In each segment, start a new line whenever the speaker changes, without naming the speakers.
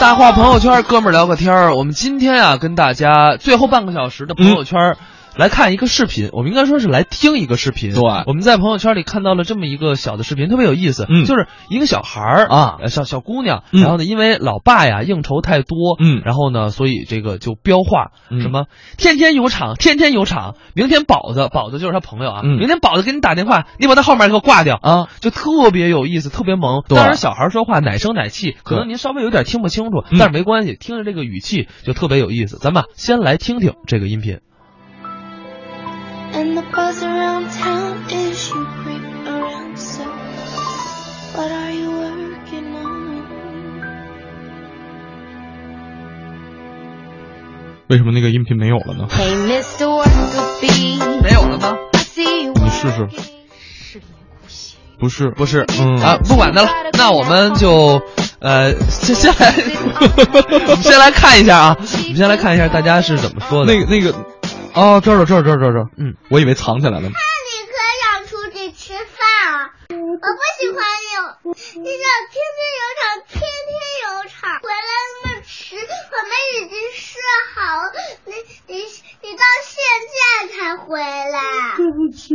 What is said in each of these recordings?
大话朋友圈，哥们儿聊个天儿。我们今天啊，跟大家最后半个小时的朋友圈儿来看一个视频，我们应该说是来听一个视频。
对
我们在朋友圈里看到了这么一个小的视频，特别有意思。
嗯
就是一个小孩儿
啊
呃小小姑娘，
嗯
然后呢，因为老爸呀应酬太多，
嗯
然后呢，所以这个就飙话，
嗯
什么天天有场，天天有场，明天宝子，宝子就是他朋友啊，
嗯
明天宝子给你打电话，你把他号码给我挂掉
啊，
就特别有意思，特别萌。
对
当然，小孩说话奶声奶气，可能您稍微有点听不清楚，
嗯
但是没关系，听着这个语气就特别有意思。咱们啊先来听听这个音频。
And the buzz around town is you bring around so what are you working on?
为什么那个音频没有了呢？
Hey Mr. Worker Bee,
没有了吗？
I see you
你试试，不是，
不是，
嗯
啊，不管它了，那我们就，呃，先先来， 我们先来看一下啊，我们先来看一下大家是怎么说的。
那个那个，哦，这儿了，这儿这儿这儿这儿，
嗯，
我以为藏起来了呢。
你可想出去吃饭啊！我不喜欢有那个天天有场，天天有场，回来那么迟，我们已经说好，你你你到现在才回来。啊对不起，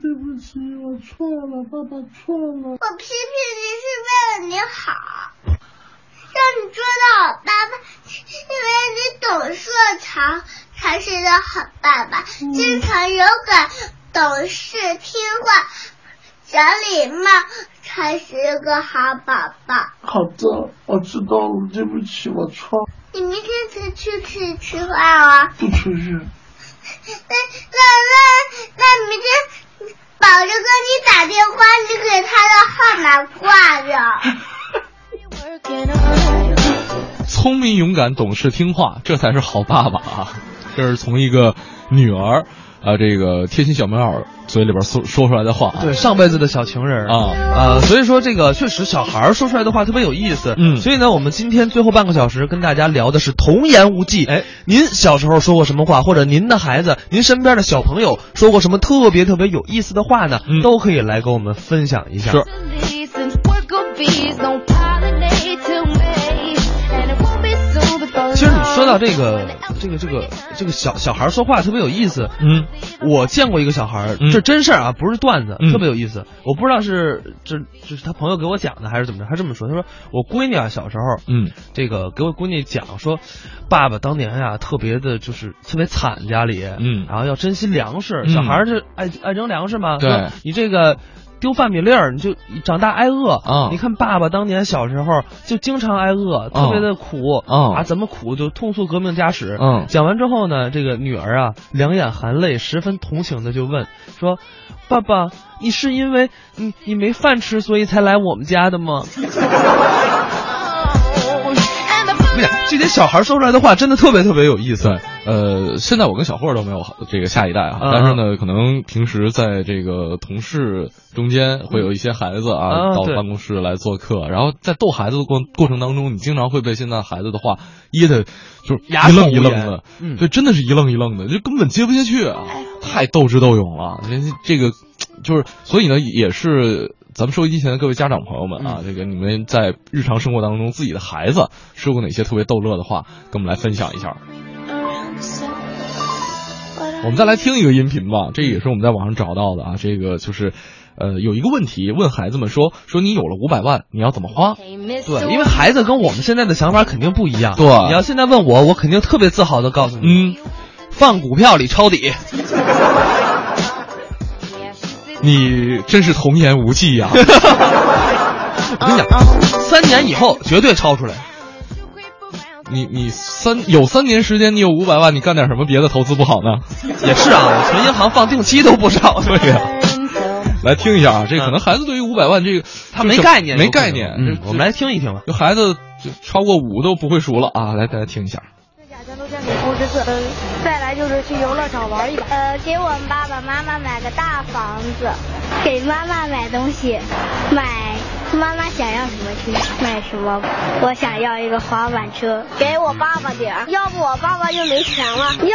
对不起，我错了，爸爸错了。我批评你是为了你好，让你做到好爸爸，因为你懂事才才是个好爸爸，经常勇敢、懂事、听话、讲礼貌，才是个好宝宝。
好的，我知道了，对不起，我错，了，
你明天才出去吃饭啊？
不出去。
那那那那明天宝子哥你打电话，你给他的号码挂掉。
working on.
聪明、勇敢、懂事、听话，这才是好爸爸 啊！这是从一个女儿啊，这个贴心小棉袄嘴里边说说出来的话啊。
对上辈子的小情人儿
啊
呃，所以说这个确实小孩儿说出来的话特别有意思，
嗯
所以呢，我们今天最后半个小时跟大家聊的是童言无忌。
哎，
您小时候说过什么话，或者您的孩子、您身边的小朋友说过什么特别特别有意思的话呢？
嗯
都可以来跟我们分享一下。
是
Bees and worker bees don't pollinate till May, and it won't be soon before
其实你说到这个这个这个这个小小孩儿说话特别有意思，
嗯，
我见过一个小孩儿，
嗯
这真事儿啊，不是段子，
嗯
特别有意思。我不知道是这这是他朋友给我讲的还是怎么着，他这么说，他说我闺女啊小时候，
嗯，
这个给我闺女讲说，爸爸当年呀、特别的就是特别惨，家里，
嗯
然后要珍惜粮食，
嗯
小孩儿是爱爱扔粮食嘛，
对
说你这个。丢饭米粒儿，你就长大挨饿
啊
你看爸爸当年小时候就经常挨饿，特别的苦
啊
啊，怎么苦就痛诉革命家史。
嗯
讲完之后呢，这个女儿啊，两眼含泪，十分同情的就问说：“爸爸，你是因为你你没饭吃，所以才来我们家的吗？”
and the
哎呀，这些小孩说出来的话真的特别特别有意思
对。，呃，现在我跟小霍都没有好这个下一代啊，
嗯
但是呢，可能平时在这个同事中间会有一些孩子啊、
嗯啊
到
对
办公室来做客，然后在逗孩子的过过程当中，你经常会被现在孩子的话噎得就是
哑
一
口
愣一
无
愣
言
的，
嗯
对，真的是一愣一愣的，就根本接不下去啊，太斗智斗勇了，人家这个就是，所以呢，也是。咱们收音机前的各位家长朋友们啊，这个你们在日常生活当中自己的孩子说过哪些特别逗乐的话，跟我们来分享一下。
around so
我们再来听一个音频吧，这也是我们在网上找到的啊。这个就是，呃，有一个问题问孩子们说，说你有了五百万，你要怎么花？
Hey Mr.
对，因为孩子跟我们现在的想法肯定不一样。
对
你要现在问我，我肯定特别自豪的告诉你，
嗯，
放股票里抄 底。
你真是童言无忌呀、
我跟你讲，三年以后绝对抄出来。
你你三有三年时间，你有五百万，你干点什么别的投资不好呢？
也是啊，我存银行放定期都不少。
对呀、来听一下啊，这
嗯
可能孩子对于五百万这个
他
就
没
是
概念，
没
有可能
概念。
嗯
这，
我们来听一听吧。
有孩子就超过五都不会数了啊！来，大家听一下。
甲江都建给布置次，再来就是去游乐场玩一把。
呃，给我们爸爸妈妈买个大房子，给妈妈买东西，买妈妈想要什么去买什么。我想要一个滑板车，给我爸爸点儿，要不我爸爸就没钱了。要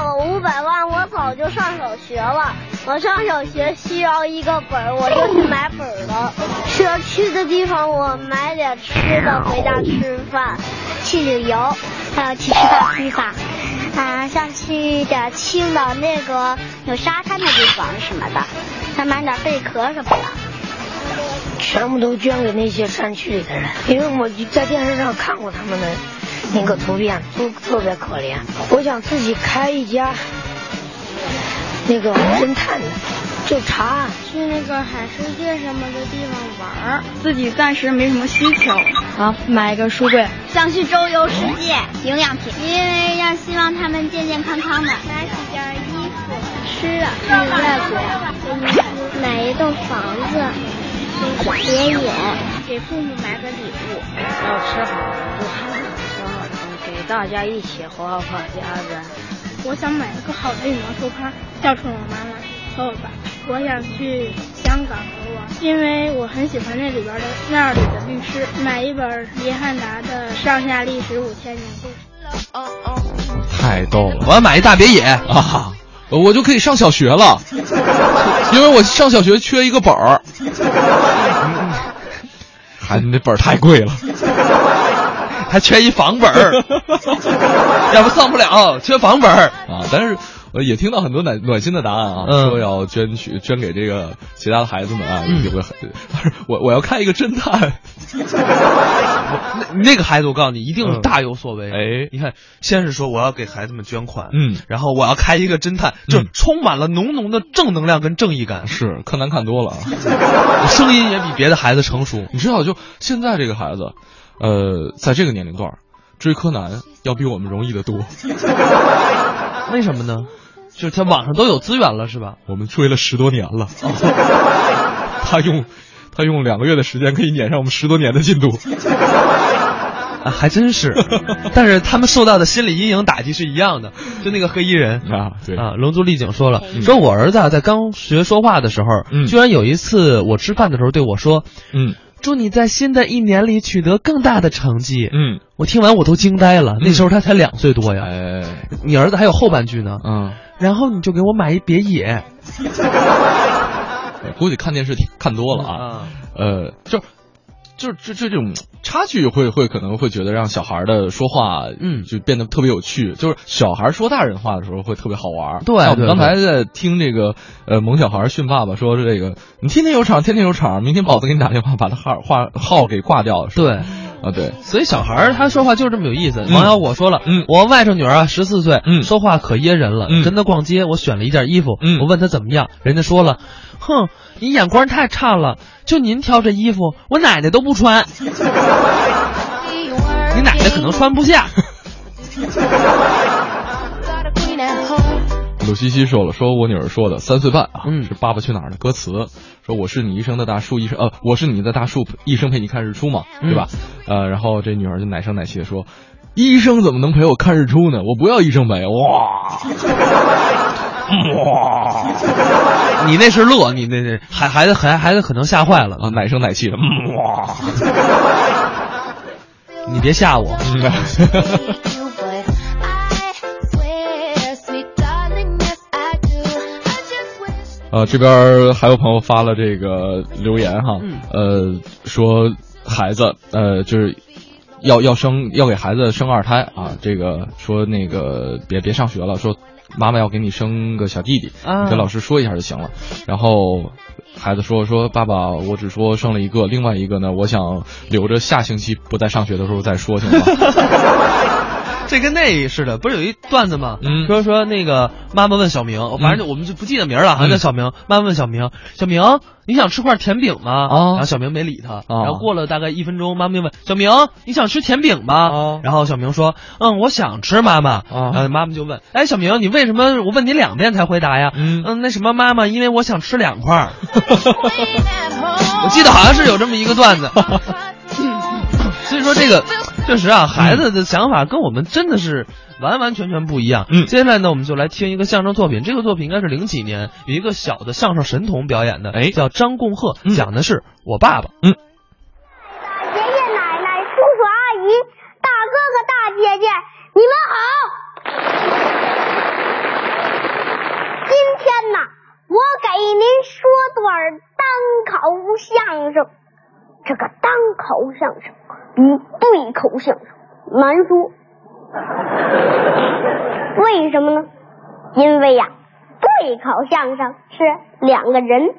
要我有五百万，我早就上小学了。我上小学需要一个本儿，我就去买本儿了。需要去的地方，我买点吃的回家吃饭。去旅游，还有去吃到披萨，啊，像去点青岛那个有沙滩的地方什么的，再买点贝壳什么的。
全部都捐给那些山区里的人，因为我在电视上看过他们的那个图片，都特别可怜。我想自己开一家那个侦探的，就查案。
去那个海世界什么的地方玩儿，
自己暂时没什么需求，然后买一个书柜。
想去周游世界，营养品，因为要希望他们健健康康的。买几件衣服、吃的、嗯日月果，买一栋房子，别野，给父母买个礼物。
要吃好不好的，吃好的，给大家一起活好家园。
我想买一个好的羽毛球拍，孝顺我妈妈和我爸。我想去香港和我，因为我很喜欢那里边的那里的律师。买一本《耶汉达的上下历史五千年故事》。
太逗了
我要买一大别野。
啊！我就可以上小学了，因为我上小学缺一个本儿。孩子，你那本儿太贵了。
还缺一房本儿，要不上不了，缺房本儿。
啊，但是呃也听到很多暖暖心的答案啊，
嗯
说要捐取捐给这个其他的孩子们啊，
嗯
也会很， 我我要看一个侦探，
那那个孩子，我告诉你，一定
嗯
大有所为。
哎
你看，先是说我要给孩子们捐款，
嗯
然后我要开一个侦探，就
嗯
充满了浓浓的正能量跟正义感，
是柯南看多了啊，
声音也比别的孩子成熟。
你知道就现在这个孩子，呃，在这个年龄段儿追柯南要比我们容易得多，
为什么呢？就是他网上都有资源了，是吧？
我们追了十多年了， 他用他用两个月的时间可以撵上我们十多年的进度，
啊，还真是。但是他们受到的心理阴影打击是一样的，就那个黑衣人
啊对
啊，龙族丽景说了，说我儿子啊在刚学说话的时候，
嗯
居然有一次我吃饭的时候对我说，
嗯
祝你在新的一年里取得更大的成绩。
嗯，
我听完我都惊呆了，那时候他才两岁多呀。
哎，
你儿子还有后半句呢，
嗯，
然后你就给我买一别野。
估计看电视看多了啊。
啊，
呃，就就这这这种差距会会可能会觉得让小孩儿的说话，
嗯
就变得特别有趣。就是小孩儿说大人话的时候会特别好玩儿。
对
像我
对
们刚才在听这个呃萌小孩儿训爸爸说这个，你天天有场，天天有场，明天宝子给你打电话，把他号话号给挂掉。是吧
对。
啊，对，
所以小孩儿他说话就是这么有意思。网友我说了，
嗯
我外甥女儿啊，十四岁，
嗯
说话可噎人了。
嗯
跟她逛街，我选了一件衣服，
嗯
我问她怎么样，人家说了，哼，你眼光太差了，就您挑这衣服，我奶奶都不穿，你奶奶可能穿不 下。
鲁西西说了，说我女儿说的三岁半啊，
嗯
是《爸爸去哪儿》的歌词，说我是你一生的大树，一生呃，我是你的大树，一生陪你看日出嘛，对吧？
嗯
呃，然后这女儿就奶声奶气的说，医生怎么能陪我看日出呢？我不要医生陪，哇哇
你那是乐，你那那孩孩子孩孩子可能吓坏了，
啊，奶声奶气的，嗯哇，
你别吓我。
呃，这边儿还有朋友发了这个留言哈，
嗯
呃，说孩子，呃，就是要要生要给孩子生二胎
嗯
啊，这个说那个别别上学了，说妈妈要给你生个小弟弟，
啊
你跟老师说一下就行了。然后孩子说说爸爸，我只说生了一个，另外一个呢，我想留着下星期不在上学的时候再说，行吗？
这跟那似的，不是有一段子吗？
嗯
说说那个妈妈问小明，反正我们就不记得名儿了，好
嗯
像叫小明。妈妈问小明，小明，你想吃块甜饼吗？
哦
然后小明没理他。
哦
然后过了大概一分钟，妈妈又问小明，你想吃甜饼吗？
哦
然后小明说，嗯，我想吃，妈妈。
哦
然后妈妈就问，哎，小明，你为什么我问你两遍才回答呀？
嗯
那什么，妈妈，因为我想吃两块 儿。 我记得好像是有这么一个段子。所以说这个确实啊，孩子的想法跟我们真的是完完全全不一样。
嗯
接下来呢，我们就来听一个相声作品，这个作品应该是零几年有一个小的相声神童表演的，哎，叫张共鹤，
嗯
讲的是我爸爸。
爷爷奶奶、叔叔阿姨、大哥哥、大姐姐，你们好！今天呐，我给您说段单口相声。这个单口相声比对口相声
蛮族。为什么呢？因为呀、对口相声是两个人，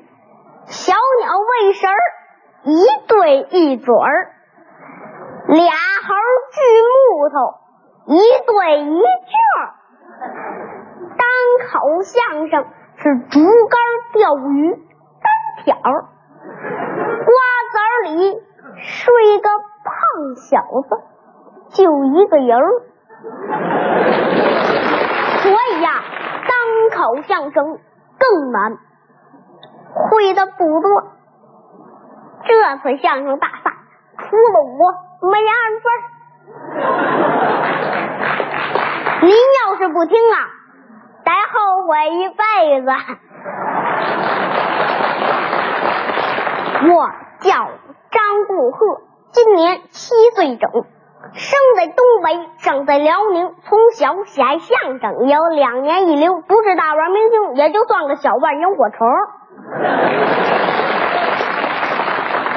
小鸟喂食儿，一对一嘴儿；俩猴锯木头，一对一句儿。单口相声是竹竿钓鱼，单挑儿。瓜子儿里睡个胖小子，就一个人儿。所以呀、单口相声更难，会的不多。这次相声大赛，除了我没按分儿。您要是不听啊，得后悔一辈子。我叫张顾鹤，今年七岁整，生在东北，长在辽宁，从小喜爱相声，有两年一流，不是大腕明星，也就算个小腕萤火虫。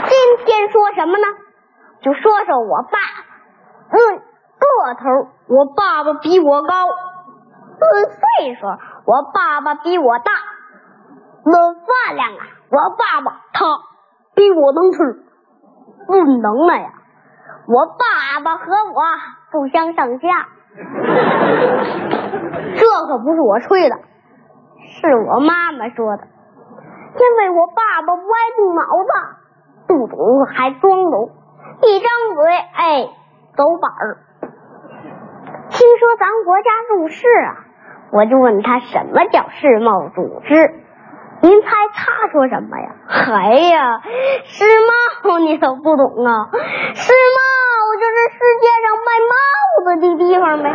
今天说什么呢？就说说我爸爸。论个头，我爸爸比我高；论岁数，我爸爸比我大；论饭量啊，我爸爸他比我能吃。论能耐呀、我爸爸和我不相上下。这可不是我吹的，是我妈妈说的。因为我爸爸歪动脑子，不懂还装聋，一张嘴哎走板儿。听说咱国家入世啊，我就问他什么叫世贸组织。您猜他说什么呀？嗨呀，世贸你都不懂啊！世贸就是世界上卖帽子的地方呗。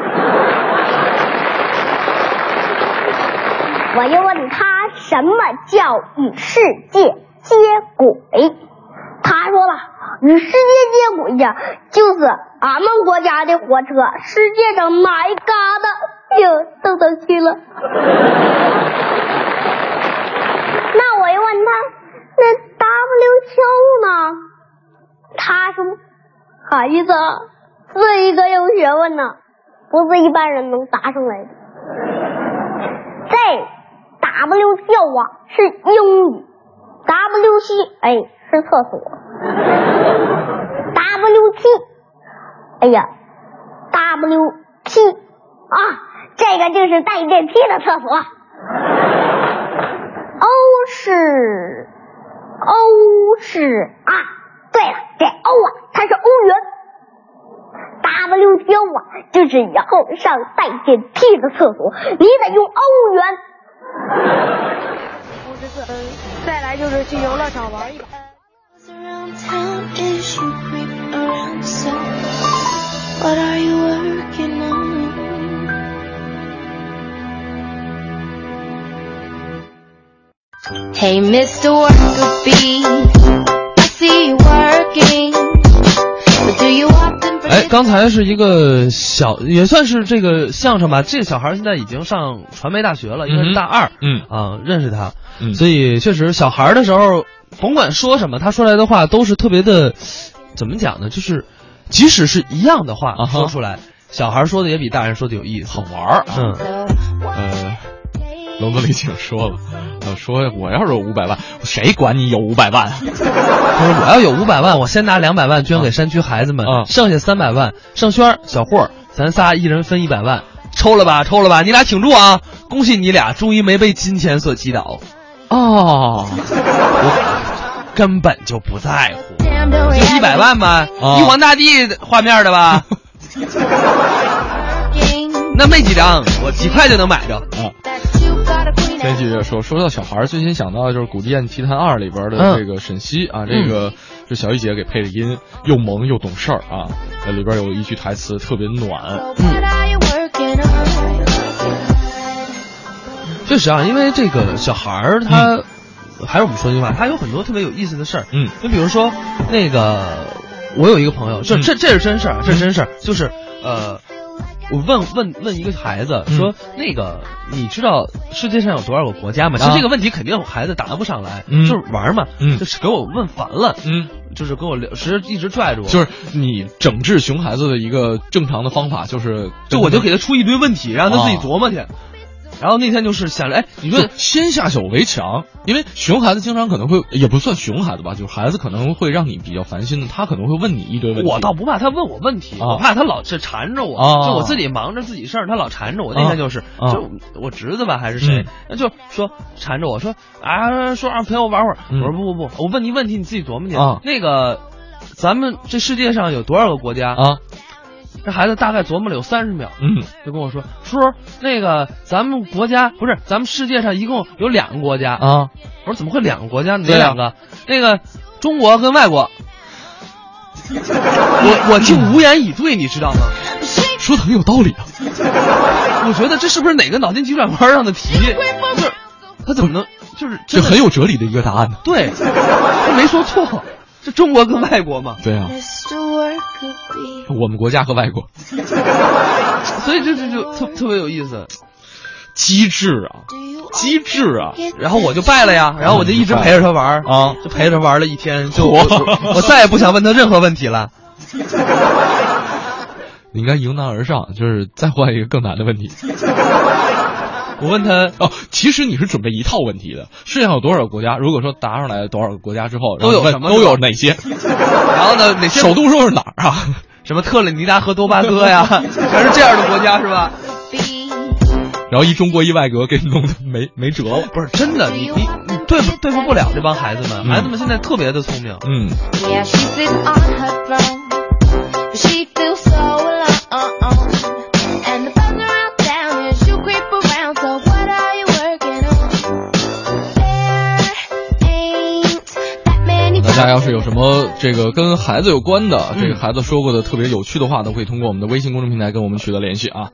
我又问他什么叫与世界接轨，他说了，与世界接轨呀，就是俺们国家的火车，世界上哪一嘎达就蹬上去了。那我又问他，那 W Q 呢？他说，孩子，这个有学问呢，不是一般人能答上来的。这 W Q 啊是英语，W C 哎是厕所，W T 哎呀，W T 啊，这个就是带电梯的厕所。O 是 O 是啊，对了，这 O 啊，它是欧元。W T O 啊，就是以后上带电梯的厕所，你得用欧元。
再来就是去游乐场玩一把。
around town as you creep around so what are you working on
嘿，Mr. Worker Bee, I see you working. But do you often
哎，
forget
刚才是一个小，也算是这个相声吧。这个小孩现在已经上传媒大学了，应该是大二。
嗯
啊，认识他，
嗯
所以确实小孩儿的时候，甭管说什么，他说来的话都是特别的，怎么讲呢？就是即使是一样的话
啊哈
说出来，小孩儿说的也比大人说的有意思，好玩儿。嗯，
呃，笼子里已经说了，呃，说我要是有五百万，谁管你有五百万？啊
他说我要有五百万，我先拿两百万捐给山区孩子们，
啊
剩下三百万，盛轩儿、小霍儿，咱仨一人分一百万，抽了吧，抽了吧，你俩挺住啊！恭喜你俩，终于没被金钱所击倒，
哦，
根本就不在乎。
damn the
就一百万嘛，
啊
玉皇大帝画面的 吧？
reality
那没几张，我几块就能买着。
that you got a queen
先继
at?
续说，说到小孩儿，最先想到的就是《古剑奇谭二》里边的
嗯
这个沈西啊，这个是小玉姐给配的音，又萌又懂事儿啊。呃，里边有一句台词特别暖，
So what are you working on?
确实啊，因为这个小孩儿他，还是我们说句话，他有很多特别有意思的事儿。
嗯，
就比如说那个，我有一个朋友，这
嗯
这这是真事儿啊，这是真事儿，就是呃。我问问问一个孩子
嗯
说：“那个，你知道世界上有多少个国家吗？”其
啊
实这个问题肯定有孩子答不上来，
嗯
就是玩儿嘛。
嗯
就是给我问烦了。
嗯
就是跟我聊，实一直拽着我，
就是你整治熊孩子的一个正常的方法，就是
就我就给他出一堆问题，让他自己琢磨去。然后那天就是想着，哎，你说
啊就先下手为强，因为熊孩子经常可能会也不算熊孩子吧，就是孩子可能会让你比较烦心的，他可能会问你一堆问题。
我倒不怕他问我问题，我
啊
怕他老是缠着我，
啊
就我自己忙着自己事儿，他老缠着我。那
啊
天就是，
啊嗯
就我侄子吧还是谁，那就说缠着我说啊，说让陪我玩会儿。
嗯
我说不不不，我问你问题你自己琢磨去。
啊
那个，咱们这世界上有多少个国家？
啊，
这孩子大概琢磨了有三十秒，
嗯
就跟我说叔，那个咱们国家不是咱们世界上一共有两个国家。
啊，
我说怎么会两个国家？哪
对啊
两个？那个中国跟外国。我我竟无言以对，你知道吗？
说的很有道理啊。
我觉得这是不是哪个脑筋急转弯上的题？就是他怎么能就是
这
真的
很有哲理的一个答案呢。
对，他没说错，这中国跟外国嘛，
对啊，我们国家和外国
所以这这就特特别有意思。
机智啊，机智啊
然后我就败了呀，然后我就一直陪着他玩儿
啊
就陪着他玩了一天，就我
嚯
我我再也不想问他任何问题了。
你应该迎难而上，就是再换一个更难的问 题。
我问他
哦，其实你是准备一套问题的。世界上有多少个国家？如果说答上来多少个国家之后，然后
都有
问
什么
都
是吧
有哪 些？
然后呢，哪些
首都是哪儿啊？
什么特立尼达和多巴哥呀，全是这样的国家是吧？
然后一中国一外国给你弄得没没辙了。
不是真的，你你你对付对付不了这帮孩子们，
嗯
孩子们现在特别的聪明。
嗯，
Yeah, she sits on her throne, but she feels so alone. And the bugs around town and she'll creep around. So what are you working on? There ain't that many.
大家要是有什么这个嗯跟孩子有关的，这个孩子说过的特别有趣的话呢，都可以通过我们的微信公众平台跟我们取得联系啊。